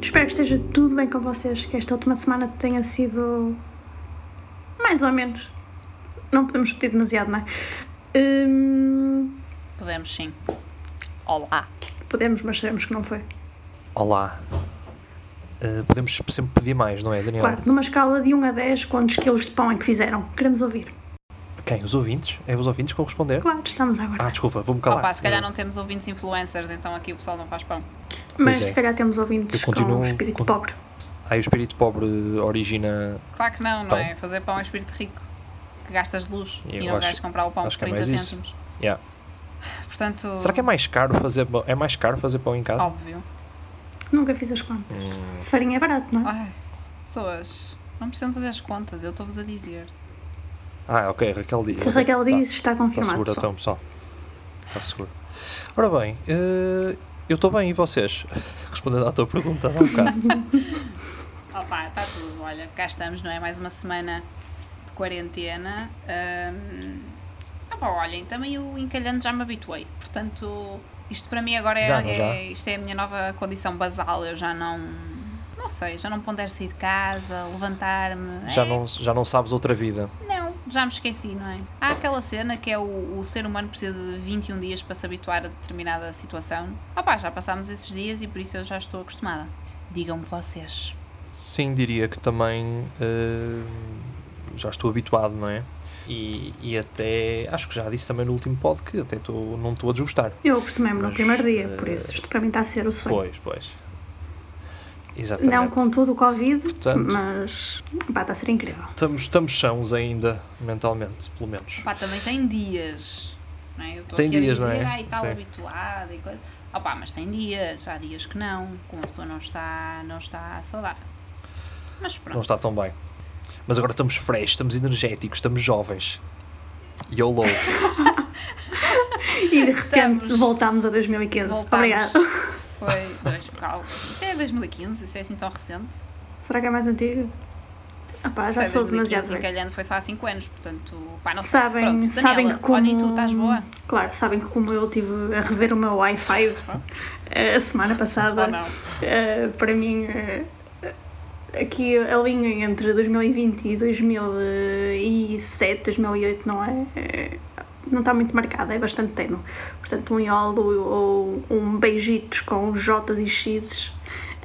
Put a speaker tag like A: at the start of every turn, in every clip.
A: que esteja tudo bem com vocês, que esta última semana tenha sido mais ou menos. Não podemos pedir demasiado, não é? Hum,
B: Podemos sim. Ah, Olá.
A: podemos, mas sabemos que não foi.
C: Olá. Ah, podemos sempre pedir mais, não é, Daniela?
A: Claro, numa escala de 1 a 10, quantos quilos de pão é que fizeram? Queremos ouvir.
C: Quem? Os ouvintes? É os ouvintes que vão responder?
A: Claro, estamos agora.
C: Ah, desculpa, vou-me calar.
B: Opa, se calhar não temos ouvintes influencers, então aqui o pessoal não faz pão.
A: mas
C: é.
A: se calhar temos ouvintes
C: Eu continuo
A: com um espírito
C: com-
A: pobre.
C: Ah, e o espírito pobre origina.
B: Claro que não, não
C: Pão.
B: é? Fazer pão é espírito rico. Que gastas luz
C: Então. Eu
B: e não
C: acho-
B: vais comprar o pão por
C: acho que é
B: 30
C: mais isso.
B: cêntimos.
C: Yeah.
B: Portanto,
C: Será que é mais caro fazer pão- é mais caro fazer pão em casa?
B: óbvio.
A: Nunca fiz as contas.
C: Hum.
A: Farinha é barato, não é?
B: Ai, pessoas, não precisam fazer as contas, eu estou-vos a dizer.
C: Ah, ok, Raquel diz.
A: Se a Raquel
C: Tá.
A: diz,
C: Está
A: está confirmado.
C: segura
A: é pessoal.
C: então, pessoal. Está segura. Ora bem, eh, eu estou bem e vocês? Respondendo à tua pergunta, dá um bocado.
B: Opa, está tudo. Olha, cá estamos, não é? Mais uma semana de quarentena. Hum, Ah, pá, olhem, também eu encalhando já me habituei. Portanto, isto para mim agora é,
C: Já, não
B: é-
C: já?
B: isto é a minha nova condição basal. Eu já não. Não sei, já não pondero sair de casa, levantar-me.
C: já,
B: É,
C: não, já não sabes outra vida.
B: Não, já me esqueci, não é? Há aquela cena que é o, o ser humano precisa de 21 dias para se habituar a determinada situação. Opá, já passámos esses dias e por isso eu já estou acostumada. Digam-me vocês.
C: Sim, diria que também eh, já estou habituado, não é? E, e até, acho que já disse também no último pod que até estou- não estou a desgostar.
A: Eu acostumei-me no
C: Mas,
A: primeiro dia,
C: eh,
A: por isso isto para mim está a ser o sonho.
C: Pois, pois. Exatamente.
A: Não com todo o Covid,
C: Portanto-
A: mas pá, está a ser incrível.
C: Estamos, estamos sãos ainda, mentalmente, pelo menos.
B: Pá, também tem dias. Não é? Eu estou
C: Tem
B: aqui
C: dias,
B: a
C: não
B: dizer,
C: é?
B: ai, tal
C: Sim.
B: habituada e coisa. Opá, mas tem dias, há dias que não, que uma pessoa não está, não está saudável. Mas pronto.
C: Não está tão bem. Mas agora estamos fresh, estamos energéticos, estamos jovens. YOLO.
A: E de repente
B: Estamos.
A: voltámos a 2015.
B: Voltamos.
A: Obrigada.
B: Foi dois calma. Isso é 2015, isso é assim tão recente. é
A: Será que é mais antigo? Ah pá, já
B: Sei,
A: sou demasiado
B: 2015
A: velho.
B: encalhando foi só há 5 anos, portanto, pá, não sei.
A: Sabem,
B: Pronto, Daniela,
A: sabem que como...
B: olha e tu, estás boa?
A: Claro, sabem que como eu estive a rever o meu Wi-Fi eh, a semana passada,
B: Ou não?
A: eh, para mim, eh, aqui a linha entre 2020 e 2007, 2008, não é? Eh, Não está muito marcada, é bastante tenue. Portanto, um iolo ou um beijitos com J e X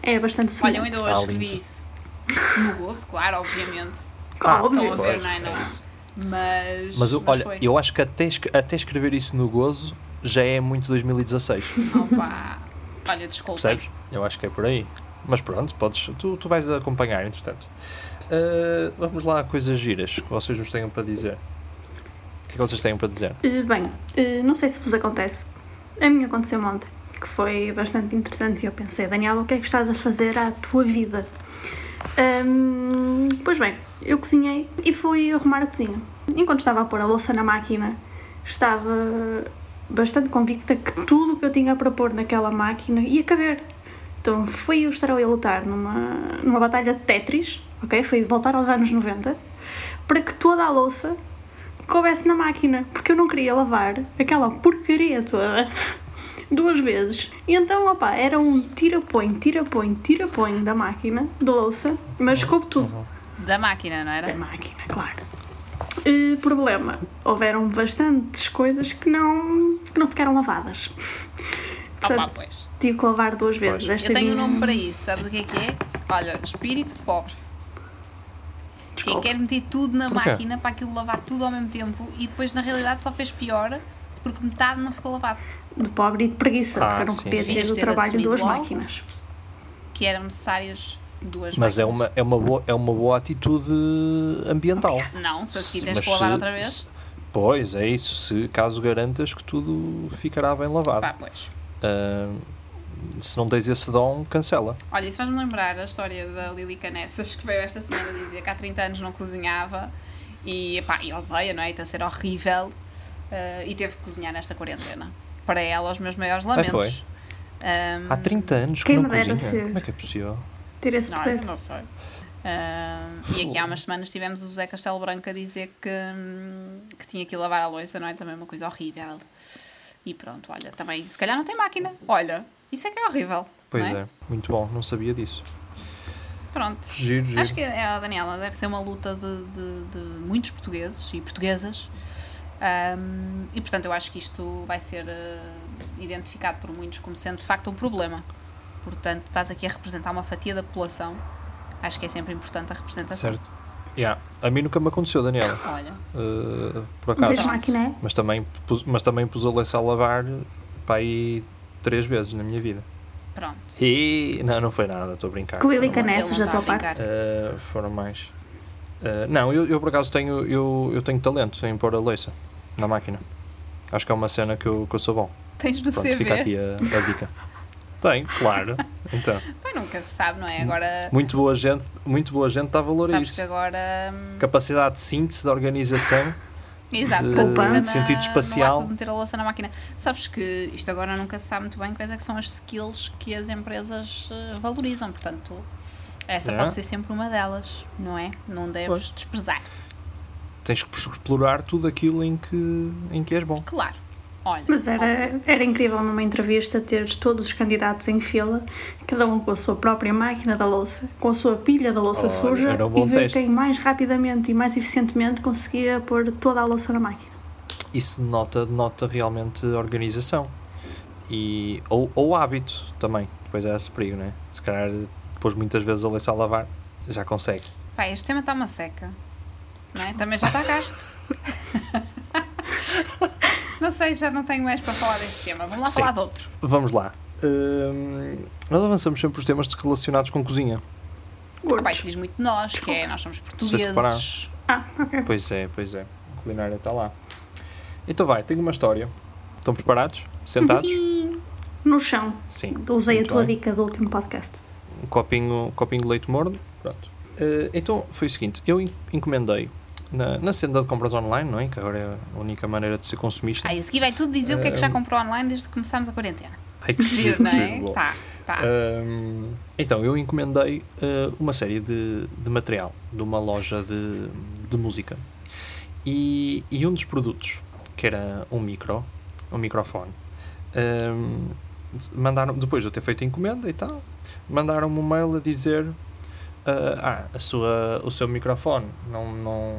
A: é bastante
B: Olha, um eu
A: semelhante.
B: ainda
C: Ah,
B: hoje
C: lindo.
B: vi isso. No gozo, claro, obviamente.
C: Ah,
B: Estão a
A: Óbvio.
B: ver,
C: Pois,
B: não é? Não.
C: é
B: Mas.
C: Mas eu, olha,
B: foi.
C: eu acho que até, escre- até escrever isso no gozo já é muito 2016.
B: Opa. Olha, desculpa.
C: Percebes? Eu acho que é por aí. Mas pronto, podes, tu, tu vais acompanhar, entretanto. Ah, vamos lá a coisas giras que vocês nos tenham para dizer. O que é que vocês têm para dizer?
A: Eh, Bem, eh, não sei se vos acontece. A mim aconteceu ontem, que foi bastante interessante. E eu pensei, Daniela, o que é que estás a fazer à tua vida? Ahm, pois bem, eu cozinhei e fui arrumar a cozinha. Enquanto estava a pôr a louça na máquina, estava bastante convicta que tudo o que eu tinha para pôr naquela máquina ia caber. Então fui eu estar a lutar numa, numa batalha de Tetris, ok? Foi voltar aos anos 90, para que toda a louça coubesse na máquina, porque eu não queria lavar aquela porcaria toda duas vezes. E então, opá, era um tira-põe, tira-põe, tira-põe da máquina, da louça, mas
C: Uhum.
A: coube tudo
B: Da máquina, não era?
A: da máquina, claro. E, problema, houveram bastantes coisas que não, que não ficaram lavadas.
B: Opa,
A: Portanto,
B: pois.
A: tive que lavar duas vezes.
C: Pois.
A: Esta
B: Eu tenho um
A: minha-
B: nome para isso, sabes o que é que é? Olha, espírito de pobre. Quem
A: Desculpa.
B: quer meter tudo na
C: Porquê?
B: máquina para aquilo lavar tudo ao mesmo tempo e depois na realidade só fez pior porque metade não ficou lavado.
A: De pobre e de preguiça,
C: Ah,
A: porque eu não
C: sim,
A: podia
C: sim.
A: ter
B: Devias
A: o
B: é ter
A: trabalho de duas
B: assumido logo.
A: máquinas.
B: Que eram necessárias duas
C: Mas é
B: máquinas.
C: uma, é uma, boa, é uma boa atitude ambiental.
B: Não, se assim tens
C: um Mas
B: que lavar
C: se-
B: outra vez.
C: se- pois, é isso. Se caso garantas que tudo ficará bem lavado.
B: Pá, pois.
C: Ah, se não tens esse dom, cancela.
B: Olha, isso faz-me lembrar a história da Lili Canessas que veio esta semana dizer que há 30 anos não cozinhava e, pá, e odeia, não é? E está a ser horrível eh, e teve que cozinhar nesta quarentena. Para ela, os meus maiores lamentos. Ahm,
C: Ah, Há 30 anos que
A: Quem
C: não
A: me dera
C: cozinha.
A: ser.
C: Como é que é possível?
A: Ter esse
B: Não, é?
A: poder.
B: não sei. Ahm, e aqui há umas semanas tivemos o José Castelo Branco a dizer que, hum, que tinha que ir lavar a louça, não é? Também uma coisa horrível. E pronto, olha, também, se calhar não tem máquina. Olha, isso é que é horrível.
C: Pois
B: não
C: é? muito bom, não sabia disso.
B: Pronto.
C: Giro, giro.
B: Acho que é a Daniela, deve ser uma luta de, de- de muitos portugueses e portuguesas. Ahm, e portanto, eu acho que isto vai ser eh, identificado por muitos como sendo de facto um problema. Portanto, estás aqui a representar uma fatia da população. Acho que é sempre importante a representação.
C: Certo. Yeah. A mim nunca me aconteceu, Daniela,
B: Olha,
C: eh, por
A: Meter
C: acaso.
B: Mas-
A: máquina é?
C: Mas também, pus- mas também pus a louça a lavar para aí três vezes na minha vida.
B: pronto.
C: E... Não, não foi nada, estou a brincar. é
A: Com o
C: Foram
A: Eli Canet.
C: mais.
A: Nessas
B: Ele não
A: da
B: está
A: tua
B: a brincar.
C: Eh, foram mais. Eh, não, eu, eu por acaso tenho, eu, eu tenho talento em pôr a louça na máquina. Acho que é uma cena que eu, que eu sou bom.
B: Tens no
C: Pronto,
B: CV.
C: fica aqui a, a dica. Tenho, claro. Então,
B: Pai, nunca se sabe, não é? Agora,
C: muito boa gente, muito boa gente dá valor a
B: sabes que é
C: isso.
B: agora. hum,
C: Capacidade de síntese, de organização.
B: Exato,
C: de-
B: portanto,
A: de
B: ainda
C: sentido
B: no
C: espacial.
B: ato de meter a louça na máquina. Sabes que isto agora nunca se sabe muito bem quais é que são as skills que as empresas eh, valorizam, portanto, essa
C: É.
B: pode ser sempre uma delas, não é? Não deves
C: Pois.
B: desprezar.
C: Tens que explorar tudo aquilo em que, em que és bom.
B: Claro. Olha.
A: Mas
B: óbvio.
A: era, era incrível numa entrevista teres todos os candidatos em fila, cada um com a sua própria máquina da louça, com a sua pilha da louça
C: Olha,
A: suja,
C: era um
A: e
C: bom
A: ver
C: teste.
A: quem mais rapidamente e mais eficientemente conseguia pôr toda a louça na máquina.
C: isso denota, denota realmente organização e, ou, ou hábito também. Depois é esse perigo, né? Se calhar depois muitas vezes a Alexa a lavar, já consegue.
B: Pá, este tema está uma seca. Não é? Também já está gasto. não sei, já não tenho mais para falar deste tema. Vamos lá
C: Sim.
B: falar de outro.
C: Vamos lá. Hum, nós avançamos sempre os temas relacionados com cozinha.
B: Ah, pá,
A: Gordos.
B: isto diz muito de nós, que é nós somos
C: separar.
B: portugueses.
A: Ah, ok.
C: Pois é, pois é. A culinária está lá. Então vai, tenho uma história. Estão preparados? Sentados?
B: Sim.
A: No chão.
C: Sim.
A: Usei a
C: Muito
A: tua
C: bem.
A: dica do último podcast.
C: um copinho, um copinho de leite morno, pronto. Eh, então foi o seguinte, eu en- encomendei na, na senda de compras online, não é? Que agora é a única maneira de ser consumista.
B: Ah, esse aqui vai tudo dizer o que é que já
C: Ahm.
B: comprou online desde que começámos a quarentena.
C: Ai, que
B: Giro, não
C: giro,
B: é?
C: bom.
B: Tá, tá.
C: Ahm, então, eu encomendei ah, uma série de, de material de uma loja de, de música. E, e um dos produtos, que era um micro, um microfone, ahm, de- mandaram, depois de eu ter feito a encomenda e tal, mandaram-me um mail a dizer ah, ah, a sua, o seu microfone não, não,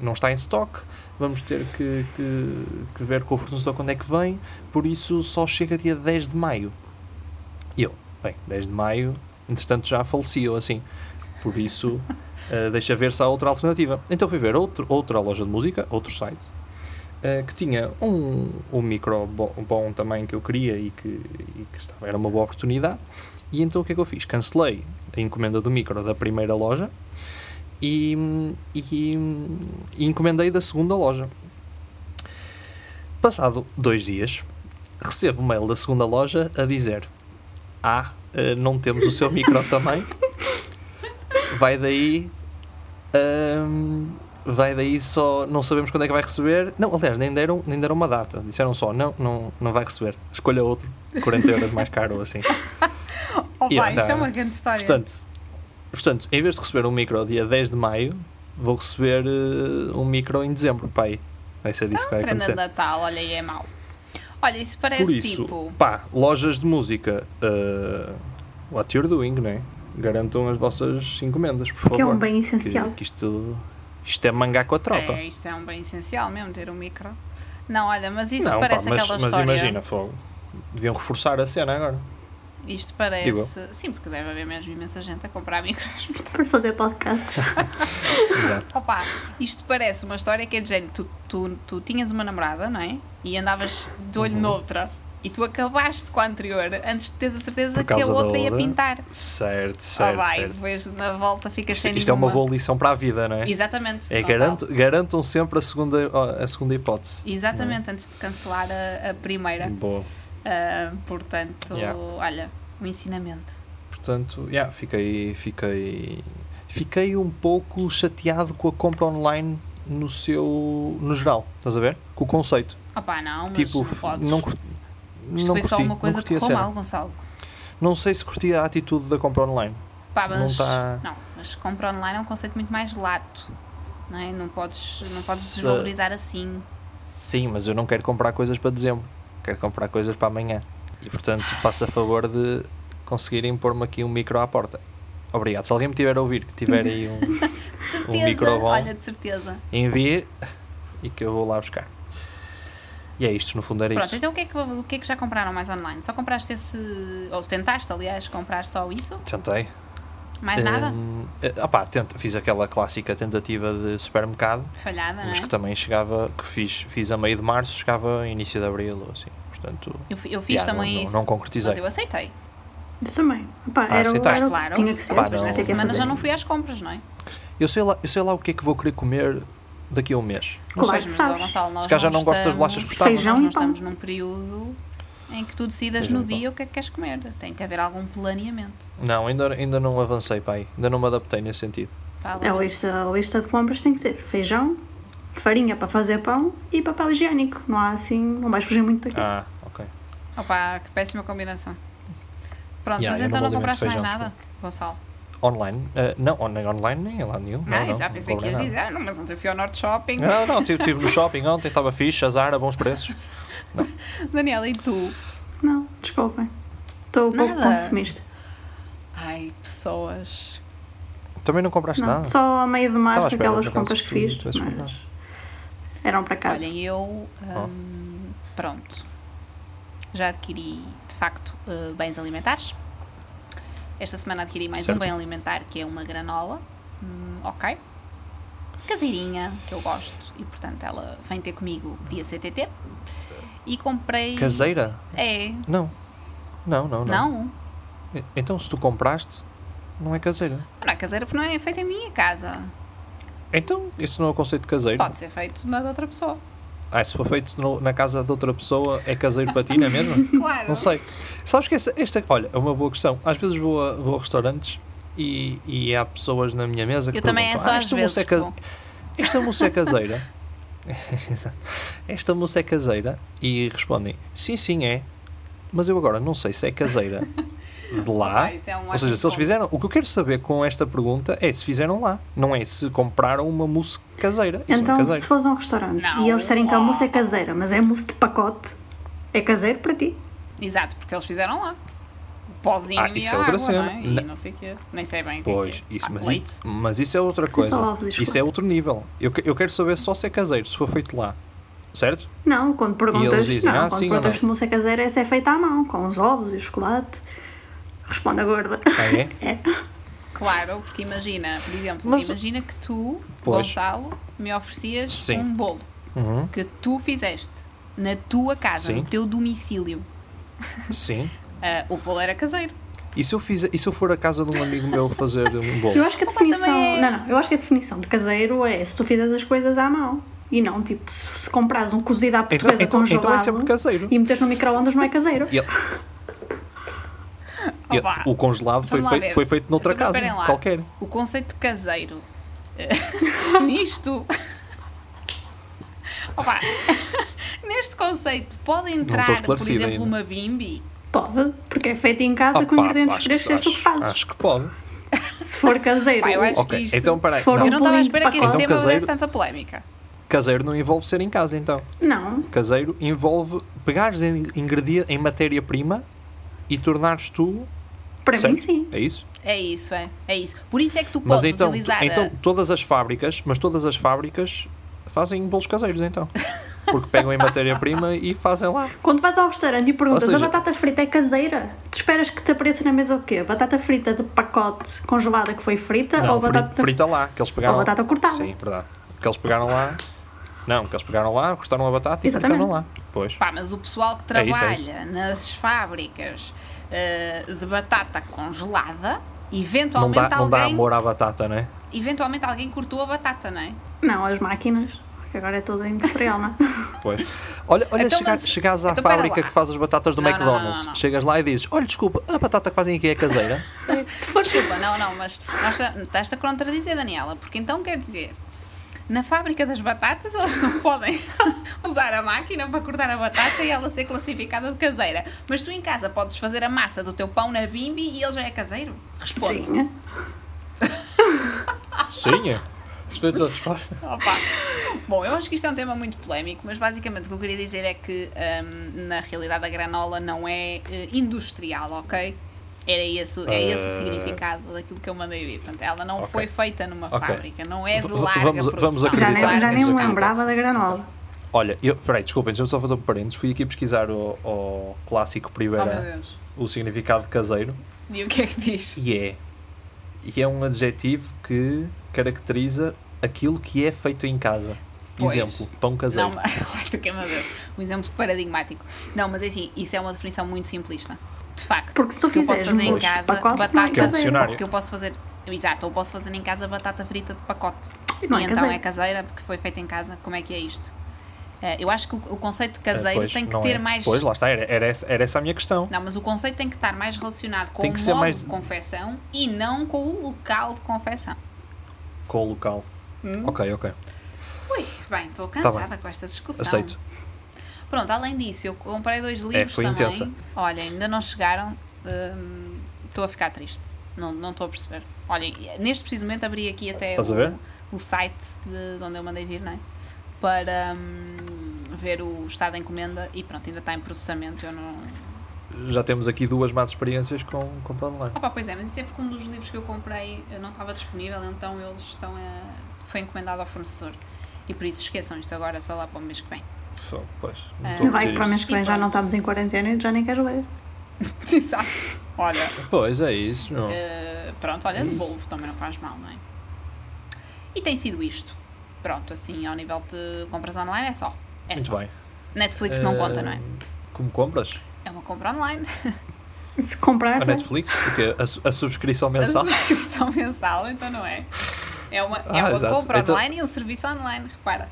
C: não está em stock, vamos ter que, que, que ver com o fornecedor quando é que vem, por isso só chega dia 10 de maio. E eu, bem, 10 de maio, entretanto já faleceu assim, por isso ah, deixa ver se há outra alternativa. Então fui ver outro, outra loja de música, outro site, ah, que tinha um, um micro bo- bom também que eu queria e que, e que estava, era uma boa oportunidade. E então o que é que eu fiz? Cancelei a encomenda do micro da primeira loja e, e, e encomendei da segunda loja. Passado dois dias, recebo um mail da segunda loja a dizer: Ah, eh, não temos o seu micro também. Vai daí. ahm, vai daí só. Não sabemos quando é que vai receber. Não, aliás, nem deram, nem deram uma data. Disseram só: Não, não, não vai receber. Escolha outro. 40 euros mais caro ou assim.
B: Oh,
C: yeah,
B: pá, isso
C: dá.
B: é uma grande história.
C: Portanto, portanto, em vez de receber um micro dia 10 de maio, vou receber eh, um micro em dezembro, pai. Vai ser isso que vai
B: Prenda de
C: acontecer.
B: Natal, olha, e é mau. Olha, isso parece
C: Por isso,
B: tipo.
C: pá, lojas de música, eh, what you're doing, não é? Garantam as vossas encomendas, por favor.
A: Que é um bem
C: Que-
A: essencial.
C: que isto, isto é mangá com a tropa.
B: É, isto é um bem essencial mesmo, ter um micro. Não, olha, mas isso
C: não, pá,
B: parece
C: mas,
B: aquela
C: mas
B: história.
C: imagina, fogo. Deviam reforçar a cena agora.
B: Isto parece.
C: Digo
B: Sim, porque deve haver mesmo imensa gente a comprar micros.
A: Para fazer podcasts.
C: Exato.
B: Opa, isto parece uma história que é de género. Tu, tu, tu tinhas uma namorada, não é? E andavas de
C: Uhum.
B: olho noutra. E tu acabaste com a anterior antes de teres a certeza
C: Por
B: que a
C: causa da
B: outra ia
C: outra.
B: pintar.
C: Certo,
B: oh,
C: certo,
B: vai,
C: certo.
B: depois na volta ficas
C: Isto,
B: sem
C: isto é uma
B: nenhuma.
C: boa lição para a vida, não é?
B: Exatamente.
C: É,
B: Gonçalo.
C: garanto, garantam sempre a segunda, a segunda hipótese.
B: Exatamente, antes de cancelar a, a primeira.
C: Boa.
B: Ah, portanto,
C: Hum. Yeah.
B: olha, um ensinamento.
C: Portanto, yeah, fiquei, fiquei, fiquei um pouco chateado com a compra online no seu, no geral, estás a ver? Com o conceito.
B: Opa, não, mas
C: tipo,
B: não podes.
C: não curti,
B: Isto
C: não
B: foi
C: curti,
B: só uma
C: não
B: coisa
C: curti
B: que
C: a
B: correu
C: cena.
B: mal, Gonçalo.
C: Não sei se curti a atitude da compra online.
B: Pá, mas,
C: Não tá-
B: não, mas compra online é um conceito muito mais lato. Não, é? não, podes, não podes
C: Se-
B: desvalorizar assim.
C: Sim, mas eu não quero comprar coisas para dezembro. Quero comprar coisas para amanhã. E portanto, faça favor de conseguirem pôr-me aqui um micro à porta. Obrigado. Se alguém me tiver a ouvir, que tiver aí um,
B: De certeza,
C: microbom.
B: olha, de certeza.
C: envie e que eu vou lá buscar. E é isto, no fundo era
B: Pronto,
C: isto.
B: então o que, é que, o que é que já compraram mais online? Só compraste esse. Ou tentaste, aliás, comprar só isso?
C: Tentei.
B: Mais nada?
C: Hum, eh, opá, tenta, fiz aquela clássica tentativa de supermercado,
B: Falhada, não é?
C: mas que também chegava, que fiz, fiz a meio de março, chegava a início de abril, ou assim. Portanto,
B: Eu, fi- eu fiz
C: yeah,
B: também
C: não, não-
B: isso.
C: não concretizei.
B: mas eu aceitei.
A: Eu também. Pá,
C: Ah,
A: era, o-
C: aceitaste?
A: era o que
B: Claro.
A: tinha que ser.
C: Pá,
B: mas
C: não. Sei
B: nessa
C: que é
B: semana
A: fazer.
B: já não fui às compras, não é?
C: Eu sei, lá, eu sei lá o que é que vou querer comer daqui a um mês. Não
A: Claro.
C: sei.
B: mas
A: sabes.
B: ó, Gonçalo, nós
C: Se calhar já não é? gosto das
B: estamos-
C: bolachas que gostava.
A: Feijão
B: nós não
A: e pão.
B: estamos num período em que tu decidas
C: Feijão
B: no
C: e pão.
B: dia o que é que queres comer. Tem que haver algum planeamento.
C: Não, ainda, ainda não avancei, pai. Ainda não me adaptei nesse sentido.
B: Pá,
A: A
B: Laura,
A: lista, a lista de compras tem que ser feijão, farinha para fazer pão e papel higiênico. Não há assim, não vais fugir muito daqui.
C: Ah, ok.
B: Opa, que péssima combinação. Pronto,
C: Yeah,
B: mas
C: eu não
B: então não
C: vou alimentar
B: compraste
C: feijão,
B: mais nada, Gonçalo?
C: Online? Eh, não, on- nem online nem em lado nenhum. Não,
B: Ah,
C: não,
B: exato,
C: não
B: pensei que
C: comprei
B: ias
C: nada. Ah.
B: dizer, ah, não, mas ontem fui ao Norte Shopping.
C: Não, não, estive no shopping ontem, estava fixe, azar, a bons preços.
B: Daniela, e tu?
A: Não, desculpem. Estou um pouco
B: Nada.
A: consumista.
B: Ai, pessoas.
C: Também não compraste
A: Não,
C: nada?
A: só a meio de março
C: Estava à espera,
A: aquelas
C: por acaso,
A: compras que
C: tu
A: fiz,
C: tivesses comprado.
A: mas eram para casa.
B: Olhem, eu. hum, Pronto. Já adquiri, de facto, eh, bens alimentares. Esta semana adquiri mais
C: Certo.
B: um bem alimentar que é uma granola. Hum, ok. Caseirinha, que eu gosto e, portanto, ela vem ter comigo via CTT. E comprei.
C: Caseira?
B: É.
C: Não. Não, não, não.
B: Não.
C: E- Então se tu compraste, não é caseira.
B: Não é caseira porque não é feita em minha casa.
C: Então, isso não é o conceito de caseiro.
B: Pode ser feito na de outra pessoa.
C: Ah, se for feito no- na casa de outra pessoa, é caseiro para ti, não é mesmo?
B: Claro.
C: Não sei. Sabes que essa, esta, olha, é uma boa questão. Às vezes vou a, vou a restaurantes e, e há pessoas na minha mesa que
B: Eu também é
C: perguntam,
B: só
C: "Ah,
B: às
C: esta
B: vezes.
C: mousse é case-
B: bom.
C: Esta mousse é caseira. Exato. esta mousse é caseira. E respondem, sim, sim, é. Mas eu agora não sei se é caseira de lá.
B: Ah, isso é um
C: Ou seja,
B: ótimo
C: se eles
B: ponto.
C: fizeram, o que eu quero saber com esta pergunta é se fizeram lá, não é se compraram uma mousse caseira. Isso não é
A: Então,
C: caseiro.
A: se fores a um restaurante
B: Não.
A: e eles disserem que a
B: Oh.
A: mousse é caseira, mas é mousse de pacote, é caseiro para ti?
B: Exato, porque eles fizeram lá. O pozinho
C: Ah,
B: e
C: isso
B: a
C: é outra
B: água,
C: cena.
B: não é?
C: Na-
B: E não sei o quê. Nem sei bem o que é
C: Pois,
B: que é.
C: isso,
B: Ah,
C: mas, i-
B: leite.
C: mas isso é outra coisa.
A: lá vos
C: Isso é outro nível. Eu, que- eu quero saber só se é caseiro, se foi feito lá. Certo?
A: Não, quando perguntas,
C: dizem,
A: não,
C: "Ah,
A: quando
C: sim ou
A: perguntas
C: não?"
A: se mousse é caseira, essa é feita à mão, com os ovos e o chocolate. Responde a gorda.
C: Ah, é?
A: É.
B: Claro, porque imagina, por exemplo,
C: Mas-
B: imagina que tu,
C: Pois.
B: Gonçalo, me oferecias
C: Sim.
B: um bolo
C: Uhum.
B: que tu fizeste na tua casa,
C: Sim.
B: no teu domicílio.
C: Sim.
B: Ah, o bolo era caseiro.
C: E se, eu fizer, e se eu for à casa de um amigo meu fazer um bolo?
A: Eu acho que a definição.
B: também é-
A: Não, não, eu acho que a definição de caseiro é se tu fizeres as coisas à mão. E não, tipo, se, se compras um cozido à
C: Então,
A: portuguesa
C: então,
A: congelado
C: então é sempre caseiro.
A: e meteres no microondas não é caseiro.
C: E ele- e ele-
B: Opa.
C: o congelado foi,
B: Vamos lá
C: fei-
B: ver.
C: foi feito noutra
B: Então, mas
C: casa,
B: esperem lá.
C: qualquer.
B: O conceito de caseiro. eh, Nisto. Opa, neste conceito pode entrar, por
C: esclarecido
B: exemplo,
C: ainda.
B: uma bimbi.
A: Pode, porque é feito em casa com
C: Opa,
A: ingredientes
C: Ah, acho,
A: frescos,
C: que,
A: és tu que
C: acho,
A: fazes.
C: acho que pode.
A: Se for caseiro,
B: Pá, eu acho
C: Ok,
B: que isto-
C: então peraí.
A: se for um-
C: Não,
B: Eu não estava à espera que este
A: Então,
B: tema
C: caseiro-
B: desse tanta polémica.
C: Caseiro não envolve ser em casa, então.
A: não,
C: Caseiro envolve pegares em, ingredi- em matéria-prima e tornares tu.
A: para
C: certo?
A: mim sim.
C: É isso?
B: É isso, é. É isso. Por isso é que tu
C: Mas
B: podes
C: então, tu-
B: utilizar. a-
C: então todas as fábricas, mas todas as fábricas fazem bolos caseiros então. Porque pegam em matéria-prima e fazem lá.
A: Quando vais ao restaurante e perguntas
C: Ou seja-
A: a batata frita é caseira, tu esperas que te apareça na mesa o quê? Batata frita de pacote congelada que foi frita
C: Não,
A: ou
C: fri-
A: batata
C: frita lá, que eles pegaram.
A: ou batata cortada.
C: Sim, verdade. Que eles pegaram lá. Não, que eles pegaram lá, cortaram a batata e
A: Exatamente.
C: fritaram lá. Pois.
B: Pá, mas o pessoal que
C: É isso, é
B: trabalha
C: isso.
B: nas fábricas eh, de batata congelada,
C: Não
B: eventualmente
C: dá, não dá
B: alguém.
C: amor à batata, né? frita
B: Eventualmente alguém cortou a batata, não é?
A: Não, as máquinas, que agora é tudo industrial, não é?
C: Pois. Olha, olha
B: Então,
C: chega-
B: mas-
C: chegas à
B: então, pera
C: fábrica
B: lá.
C: que faz as batatas do
B: Não, não, não,
C: McDonald's.
B: não, não.
C: Chegas lá e dizes: Olha, desculpa, a batata que fazem aqui é caseira.
A: Se for
B: Desculpa, não, não, mas nós ta- estás-te a contradizer, Daniela, porque então quer dizer, na fábrica das batatas eles não podem usar a máquina para cortar a batata e ela ser classificada de caseira. Mas tu em casa podes fazer a massa do teu pão na bimbi e ele já é caseiro? Responde.
A: Sim.
C: Sim. é. Respeito a resposta.
B: Opa. Bom, eu acho que isto é um tema muito polémico, mas basicamente o que eu queria dizer é que hum, na realidade a granola não é eh, industrial, ok? Era esse, é esse o significado daquilo que eu mandei vir. Portanto, ela não
C: Eh, Ok.
B: foi feita numa
C: Ok.
B: fábrica, não é de
C: V-
B: larga
C: vamos-
B: produção.
C: vamos
A: Já nem,
C: acreditar
A: já nem
C: nisso
A: me
C: aqui.
A: lembrava
B: é
A: da granola.
C: Olha, eu, peraí, desculpem, deixa-me só fazer um parênteses. Fui aqui pesquisar o, o clássico
B: Oh, meu
C: Primavera,
B: Deus.
C: o significado caseiro,
B: E o que é que diz?
C: e é. E é um adjetivo que caracteriza aquilo que é feito em casa.
B: Pois.
C: Exemplo, pão caseiro.
B: Não, mas- tu queima Deus. Um exemplo paradigmático. Não, mas é assim, isso é uma definição muito simplista. De facto.
A: Porque se tu
B: o que eu posso
A: fizeres
B: fazer em
A: molhos de
B: casa,
A: pacote,
B: batata.
A: não é
C: Que é um
A: caseiro.
C: dicionário.
B: Porque eu posso fazer. Exato, ou posso fazer em casa batata frita de pacote.
A: Não
B: e
A: é
B: então é
A: caseiro.
B: caseira porque foi feita em casa. Como é que é isto? Eh, Eu acho que o o conceito de
C: Ah,
B: caseiro
C: pois,
B: tem que
C: não
B: ter
C: é.
B: mais.
C: Pois, lá está, era, era, essa, era essa a minha questão.
B: Não, mas o conceito tem que estar mais relacionado com
C: Tem que
B: o
C: ser
B: modo
C: mais-
B: de confecção e não com o local de confecção.
C: Com o local.
B: Hum?
C: Ok, ok.
B: Ui, bem, estou
C: Tá bem.
B: cansada com esta discussão.
C: Aceito.
B: Pronto, além disso, eu comprei dois livros
C: É, foi
B: também.
C: intensa.
B: Olha, ainda não chegaram. hum, Estou a ficar triste. Não não estou a perceber. Olha, neste preciso momento abri aqui até
C: Estás a ver?
B: o, o site de, de onde eu mandei vir, não é? Para hum, ver o estado da encomenda e pronto, ainda está em processamento. Eu não.
C: Já temos aqui duas más experiências com, com pão de lã.
B: Opa, pois é, mas isso é porque um dos livros que eu comprei eh, não estava disponível, então eles estão a... foi encomendado ao fornecedor. E por isso esqueçam isto agora, só lá para o mês que vem.
C: Só, Pois, não
B: Ah.
C: estou a
A: Vai
C: curtir
A: para o mês
C: isto.
A: que vem, já não estamos em quarentena e já nem queres ler.
B: Exato. Olha.
C: Pois, é isso. meu.
B: Uh, pronto, olha,
C: É Isso.
B: devolvo, também não faz mal, não é? E tem sido isto. Pronto, assim, ao nível de compras online é só. É
C: Muito
B: só.
C: bem.
B: Netflix não
C: Ah,
B: conta, não é?
C: Como compras?
B: É uma compra online.
A: Se comprar,
C: A Netflix? O quê? A, su- a subscrição
B: A
C: mensal?
B: subscrição mensal, então não é? É uma, é
C: Ah,
B: uma
C: exato.
B: compra
C: Então-
B: online e um serviço online, repara.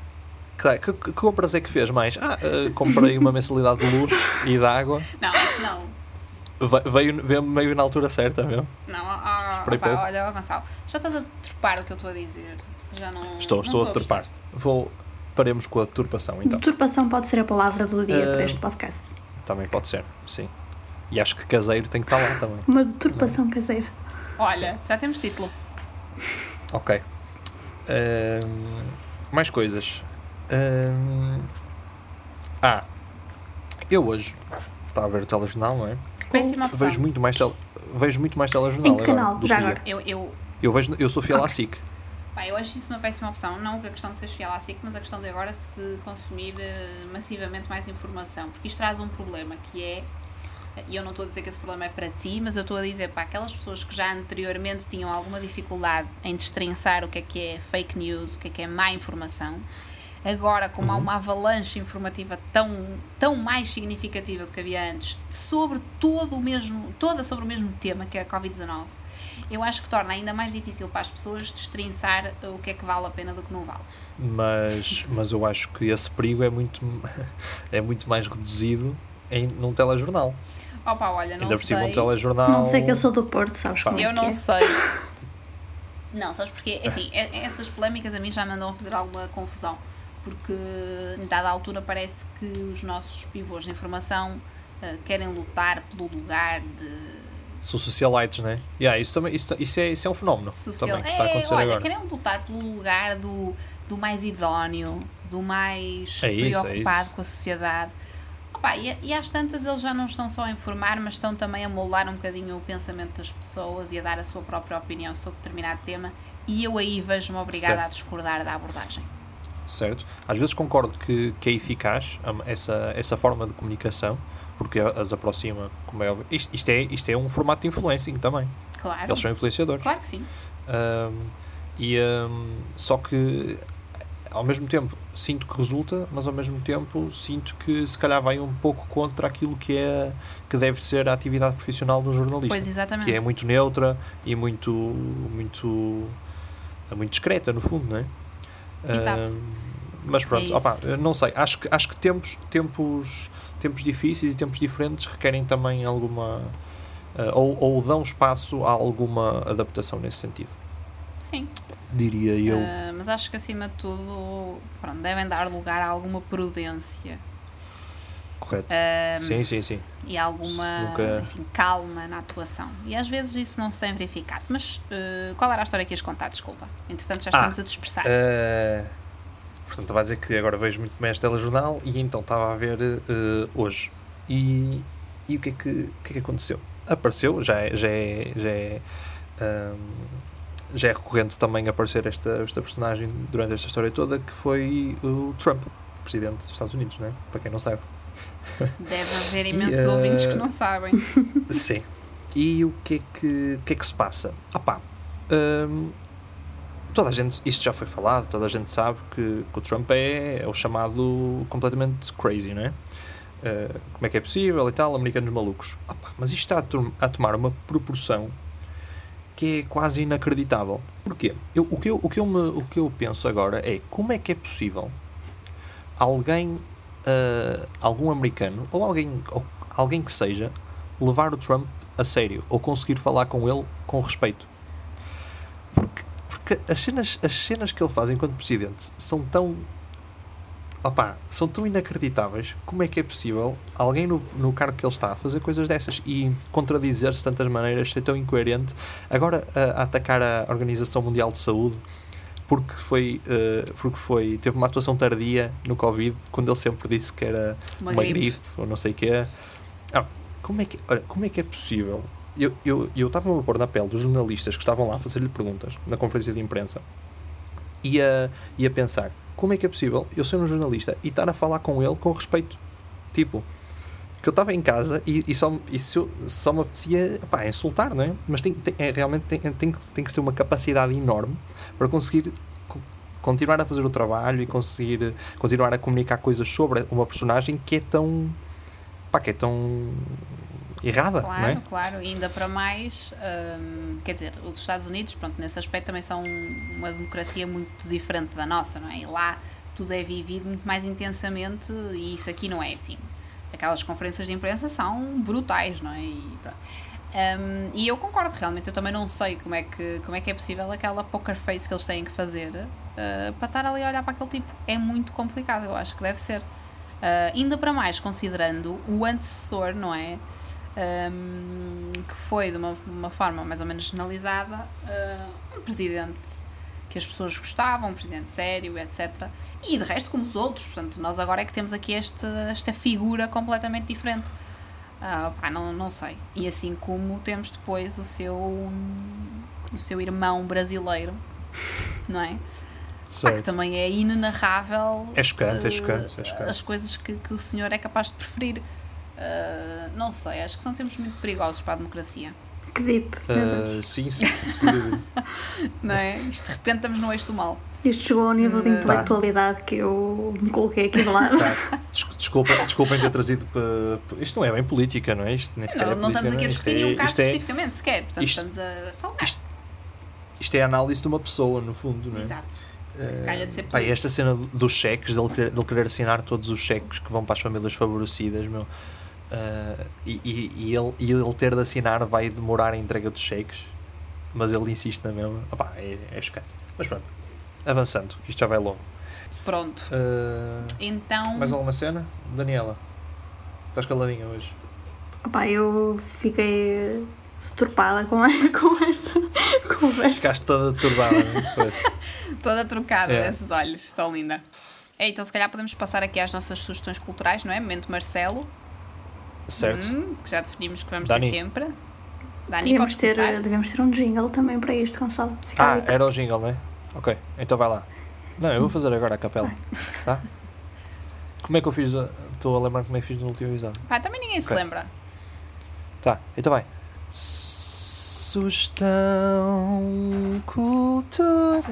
C: Claro, Que, que compras é que fez mais? Ah, ah, comprei uma mensalidade de luz e de água.
B: Não, isso não.
C: Ve- Veio, veio meio na altura certa mesmo.
B: Não, ah,
C: Esperei
B: opa,
C: pouco.
B: olha, ó, Gonçalo, já estás a trepar o que eu estou a dizer. Já não.
C: Estou,
B: não
C: estou a
B: gostar.
C: turpar. Vou. Paremos com a turpação então.
A: deturpação pode ser a palavra do dia
C: Ah.
B: Eh,
A: para este podcast.
C: Também pode ser, sim. E acho que caseiro tem que estar lá também.
A: Uma deturpação caseira.
B: Olha, já temos título.
C: Ok. Ahm, mais coisas. Ahm, ah, eu hoje estava a ver o telejornal, não é?
B: Péssima opção.
C: Vejo muito mais, tel, vejo muito mais telejornal
A: Em que
C: agora
A: canal?
C: do
A: Já
C: que ia.
A: agora.
B: Eu, eu,
C: Eu, vejo, eu sou fiel à SIC.
B: Pá, eu acho isso uma péssima opção. Não que a questão de seres fiel à SIC, mas a questão de agora se consumir eh, massivamente mais informação. Porque isto traz um problema que é. E eu não estou a dizer que esse problema é para ti, mas eu estou a dizer para aquelas pessoas que já anteriormente tinham alguma dificuldade em destrinçar o que é que é fake news, o que é que é má informação. Agora, como há uma avalanche informativa tão, tão mais significativa do que havia antes, sobre todo o mesmo, toda sobre o mesmo tema que é a Covid-19, eu acho que torna ainda mais difícil para as pessoas destrinçar o que é que vale a pena do que não vale.
C: Mas, mas eu acho que esse perigo é muito, é muito mais reduzido em, num telejornal.
B: Opa, olha, não
C: Ainda por
B: sei.
C: cima um telejornal.
A: Não sei que eu sou do Porto, sabes
C: Pá.
A: como é
B: Eu
A: que
B: não
A: é?
B: sei. Não, sabes porque, assim, é- essas polémicas a mim já me andam a fazer alguma confusão. Porque, em dada altura, parece que os nossos pivôs de informação eh, querem lutar pelo lugar de
C: Sou socialites, né? Yeah, isso, também, isso, isso, é, isso é um fenómeno
B: social.
C: também que está a acontecer
B: é, olha,
C: agora.
B: querem lutar pelo lugar do, do mais idóneo, do mais
C: É isso, é
B: preocupado
C: isso.
B: com a sociedade. Opa, e, e às tantas eles já não estão só a informar, mas estão também a moldar um bocadinho o pensamento das pessoas e a dar a sua própria opinião sobre determinado tema. E eu aí vejo-me obrigada
C: Certo.
B: a discordar da abordagem.
C: Certo? Às vezes concordo que, que é eficaz hum, essa, essa forma de comunicação, porque as aproxima, como é óbvio. Isto, isto é, isto é um formato de influencing também.
B: Claro.
C: Eles são influenciadores.
B: Claro que sim.
C: Hum, e, hum, só que, ao mesmo tempo, sinto que resulta, mas ao mesmo tempo sinto que se calhar vai um pouco contra aquilo que, é, que deve ser a atividade profissional do jornalista.
B: Pois exatamente.
C: que é muito neutra e muito muito é muito discreta no fundo não é
B: Exato. É
C: Ah, mas pronto
B: isso.
C: opá, não sei acho que acho que tempos tempos tempos difíceis e tempos diferentes requerem também alguma ah, ou, ou dão espaço a alguma adaptação nesse sentido
B: Sim.
C: diria eu
B: Ah, mas acho que acima de tudo, pronto, devem dar lugar a alguma prudência.
C: correto
B: Ah,
C: sim sim sim
B: e alguma
C: Nunca-
B: enfim, calma na atuação. E às vezes isso não se tem verificado. Mas eh, qual era a história que ias contar? Desculpa. Entretanto, já
C: Ah,
B: estamos a dispersar.
C: Ah, portanto, estava a dizer que agora vejo muito mais ah, telejornal e então estava a ver eh, hoje. E, e o, que é que, o que é que aconteceu? apareceu, já é, já é, já é, hum, já é recorrente também aparecer esta, esta personagem durante esta história toda, que foi o Trump, presidente dos Estados Unidos, né? para quem não sabe.
B: Deve haver imensos
C: eh,
B: ouvintes que não sabem.
C: Sim. E o que é que, o que, é que se passa? Opá, hum, toda a gente, isto já foi falado, toda a gente sabe que, que o Trump é, é o chamado completamente crazy, não é? Uh, como é que é possível e tal, americanos malucos. Opá, mas isto está a, tom- a tomar uma proporção que é quase inacreditável. Porquê? Eu- o, que eu, o, que eu me- o que eu penso agora é como é que é possível alguém, uh, algum americano, ou alguém, ou alguém que seja, levar o Trump a sério ou conseguir falar com ele com respeito. Porque, porque as, cenas, as cenas que ele faz enquanto presidente são tão. Opá, são tão inacreditáveis. Como é que é possível alguém no, no cargo que ele está fazer coisas dessas e contradizer-se de tantas maneiras, ser tão incoerente? Agora a, a atacar a Organização Mundial de Saúde porque foi, eh, porque foi teve uma atuação tardia no Covid, quando ele sempre disse que era
B: Uma
C: uma,
B: gripe.
C: gripe. ou não sei o quê. Ah, como, é que, olha, como é que é possível? Eu estava eu, eu estava-me a pôr na pele dos jornalistas que estavam lá a fazer-lhe perguntas na conferência de imprensa e a, e a pensar como é que é possível eu ser um jornalista e estar a falar com ele com respeito. Tipo, que eu estava em casa e, e só, e se eu- só me apetecia pá, insultar, não é? Mas tem, tem- é, realmente tem, tem, que- tem que se ter uma capacidade enorme para conseguir co- continuar a fazer o trabalho e conseguir eh, continuar a comunicar coisas sobre uma personagem que é tão pá, que é tão errada, não
B: Claro,
C: é?
B: claro, e ainda para mais, hum, quer dizer, os Estados Unidos, pronto, nesse aspecto também são uma democracia muito diferente da nossa, não é? E lá tudo é vivido muito mais intensamente e isso aqui não é assim. Aquelas conferências de imprensa são brutais, não é? E, pronto. Hum, e eu concordo, realmente, eu também não sei como é que, como é, que é possível aquela poker face que eles têm que fazer uh, para estar ali a olhar para aquele tipo. É muito complicado, eu acho que deve ser. Uh, ainda para mais, considerando o antecessor, não é? Um, que foi de uma, uma forma mais ou menos generalizada uh, um presidente que as pessoas gostavam, um presidente sério, etc. E de resto, como os outros, portanto, nós agora é que temos aqui este, esta figura completamente diferente. Ah, pá, não, não sei. E assim como temos depois o seu, o seu irmão brasileiro, não é? Pá, que também é inenarrável eh,
C: É chocante, é chocante, é
B: as
C: chocante.
B: coisas que, que o senhor é capaz de preferir. Ah, não sei, acho que são tempos muito perigosos para a democracia.
A: Que deep,
B: é
A: meus amigos.
C: Ah, sim, sim, sem dúvida.
B: Não é? Isto de repente estamos no eixo do mal.
A: Isto chegou ao nível de
B: Tá.
A: intelectualidade que eu me coloquei aqui de lado.
C: Tá. Des- Desculpa, desculpem ter trazido para. para- Isto não é bem política, não é? Isto nem sequer
B: Não,
C: é
B: não estamos
C: política,
B: aqui a
C: é? Isto
B: discutir
C: é-
B: nenhum caso
C: isto é-
B: especificamente sequer, portanto
C: isto-
B: estamos a falar.
C: isto- Isto é a análise de uma pessoa, no fundo, não é?
B: Exato.
C: Eh,
B: Calha de ser
C: pá, e
B: político.
C: esta cena do- dos cheques, dele querer, dele querer assinar todos os cheques que vão para as famílias favorecidas, meu. eh, e, e- e ele, e ele ter de assinar vai demorar a entrega dos cheques, mas ele insiste na mesma. Opá, é, é chocante. Mas pronto, avançando, isto já vai longo.
B: Pronto.
C: Eh,
B: Então,
C: mais alguma cena? Daniela, estás caladinha hoje?
A: Opa, eu fiquei estrupada com, a- com esta conversa.
C: Ficaste toda turbada. não é? Pois.
B: toda trocada
C: É.
B: desses olhos, tão linda. É, então se calhar podemos passar aqui às nossas sugestões culturais, não é? Momento Marcelo,
C: certo?
B: hum, que já definimos que vamos
C: Dani.
B: ter sempre. Dani,
A: Devíamos
B: podes
A: ter,
B: começar?
A: devíamos ter um jingle também para isto, Gonçalo. Fica
C: Ah,
A: ali.
C: era o jingle, não é? Ok, então vai lá. Não, eu vou fazer agora a capela. Tá? Como é que eu fiz? a- Estou a lembrar como é que fiz no último episódio.
B: Pá, também ninguém se
C: Ok.
B: lembra.
C: Tá, então vai. Sugestão cultural.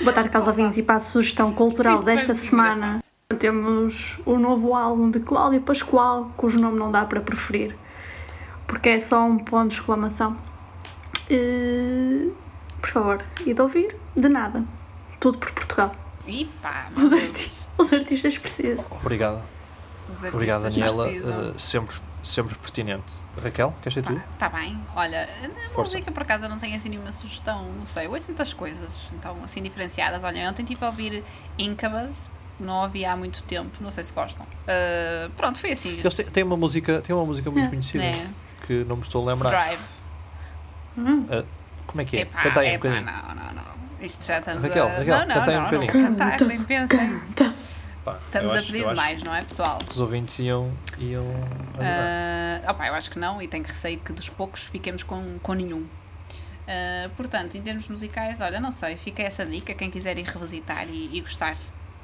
A: Boa tarde, caros ouvintes, e para a sugestão cultural
B: Isto vai
A: desta
B: ser
A: semana, temos o novo álbum de Cláudia Pascoal, cujo nome não dá para preferir, porque é só um ponto de exclamação. Eh, por favor, e de ouvir? De nada. Tudo por Portugal.
B: Ih, pá, meu
A: Os,
B: Deus.
A: arti- os artistas precisam.
C: Obrigado.
B: Os
C: Obrigado,
B: artistas
C: Daniela.
B: precisam.
C: Eh, sempre, sempre pertinente. Raquel, queres ser tu?
B: Pá, tá bem. Olha, essa
C: Força.
B: música por acaso eu não tenho assim nenhuma sugestão, não sei. Eu ouço muitas coisas, então assim diferenciadas. Olha, eu ontem tive a ouvir Incubus, não ouvi há muito tempo, não sei se gostam. Ah, pronto, foi assim.
C: Eu sei, tem uma música, tem uma música muito
A: É.
C: conhecida
B: né?
C: que não me estou a lembrar.
B: Drive.
A: Hum,
C: Como é que é?
B: Epá,
C: Canta aí um
B: epá,
C: bocadinho.
B: não, não, não. Isto já estamos
C: Raquel,
B: a...
C: Raquel,
B: não, não,
C: canta aí um
B: não, não,
C: bocadinho.
B: não cantar, nem pensem.
A: Canta.
C: Pá.
B: Estamos
C: Eu
B: a
C: acho-
B: pedir
C: eu acho-
B: demais, não é, pessoal?
C: Os ouvintes iam. iam adorar.
B: Ah, opa, eu acho que não e tenho receio que dos poucos fiquemos com, com nenhum. Ah, portanto, em termos musicais, olha, não sei, fica essa dica, quem quiser ir revisitar e, e gostar.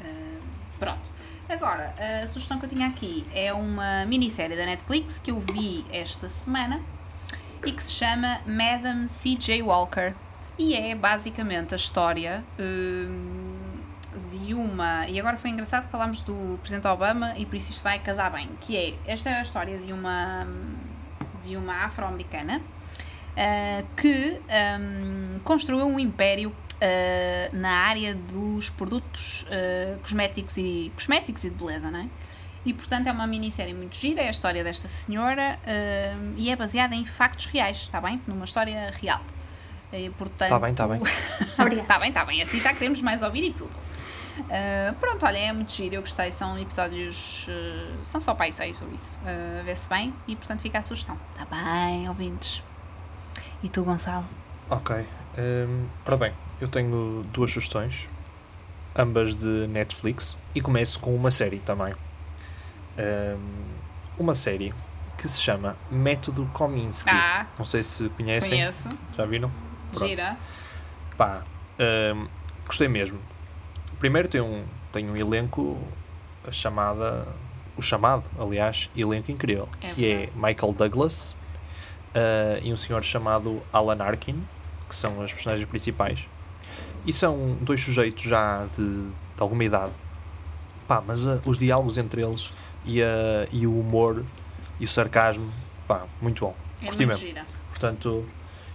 B: ah, pronto. Agora, a sugestão que eu tinha aqui é uma minissérie da Netflix que eu vi esta semana e que se chama Madam C.J. Walker. E é basicamente a história hum, de uma. E agora foi engraçado que falámos do Presidente Obama e por isso isto vai casar bem. Que é. Esta é a história de uma. hum, de uma afro-americana ah, que hum, construiu um império. ah, na área dos produtos ah, cosméticos e cosméticos e de beleza, não é? E portanto é uma minissérie muito gira, é a história desta senhora hum, e é baseada em factos reais, está bem? Numa história real. E, portanto,
C: Tá bem, tá bem.
A: Obrigada.
B: Está bem, está bem, assim já queremos mais ouvir e tudo. Ah, pronto, olha, é muito giro, eu gostei, são episódios. ah, são só pai seis ou isso. Ah, Vê-se bem e portanto fica a sugestão. Está bem, ouvintes. E tu, Gonçalo?
C: Ok. Hum, ora bem, eu tenho duas sugestões, ambas de Netflix, e começo com uma série também. Hum, uma série que se chama Método Kominsky.
B: Ah,
C: Não sei se conhecem,
B: conheço.
C: já viram? Pronto.
B: Gira.
C: Pá, hum, gostei mesmo. Primeiro tem um, tem um elenco a chamada, o chamado, aliás, elenco incrível,
B: É
C: que é Michael Douglas ah, e um senhor chamado Alan Arkin, que são as personagens principais. E são dois sujeitos já de, de alguma idade. Pá, mas ah, os diálogos entre eles e, a- e o humor e o sarcasmo, pá, muito bom.
B: É
C: Gostei
B: muito
C: mesmo.
B: gira.
C: Portanto,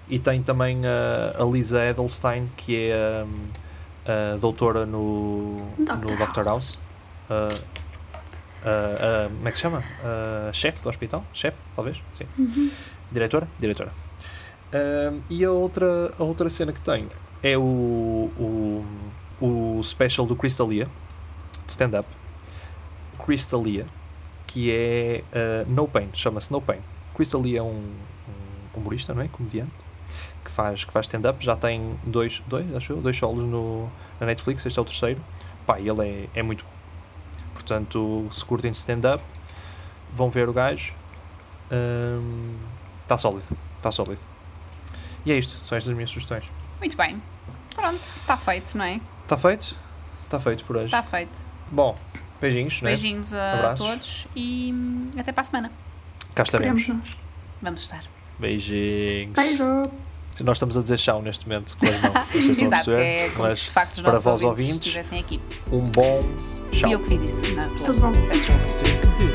C: e tem também a, a Lisa Edelstein, que é hum, a, doutora no,
A: Dr.
C: no Dr. House. Ah, ah, ah, como é que se chama? Ah, chefe do hospital? Chefe, talvez? Sim.
A: Uhum.
C: Diretora? Diretora. Hum, e a outra, a outra cena que tem é o, o, o special do Crystalia, de stand-up. Crystalia, que é ah, No Pain, chama-se No Pain. Crystalia é um, um humorista, não é? Comediante, que faz, que faz stand-up. Já tem dois, dois, acho eu, dois solos no, na Netflix, este é o terceiro. Pá, ele é, é muito bom. Portanto, se curtem de stand-up, vão ver o gajo. Está Tá sólido, está sólido. E é isto, são estas as minhas sugestões.
B: Muito bem. Pronto, está feito, não é?
C: Está feito? Está feito por hoje.
B: Está feito.
C: Bom, beijinhos, né?
B: Tá. Beijinhos a
C: Abraços.
B: todos e hum, até para a semana.
C: Cá estaremos.
A: Queremos nós.
B: Vamos estar.
C: Beijinhos.
A: Beijo.
C: Nós estamos a dizer tchau neste momento com as mãos. Vocês estão a
B: Exato, que
C: perceber?
B: é como se de
C: Mas
B: facto os
C: para
B: nossos
C: vós
B: ouvintes
C: ouvintes,
B: estivessem aqui.
C: um bom tchau.
B: Fui eu que fiz isso. Não,
A: Tudo bom.
B: Peço desculpa.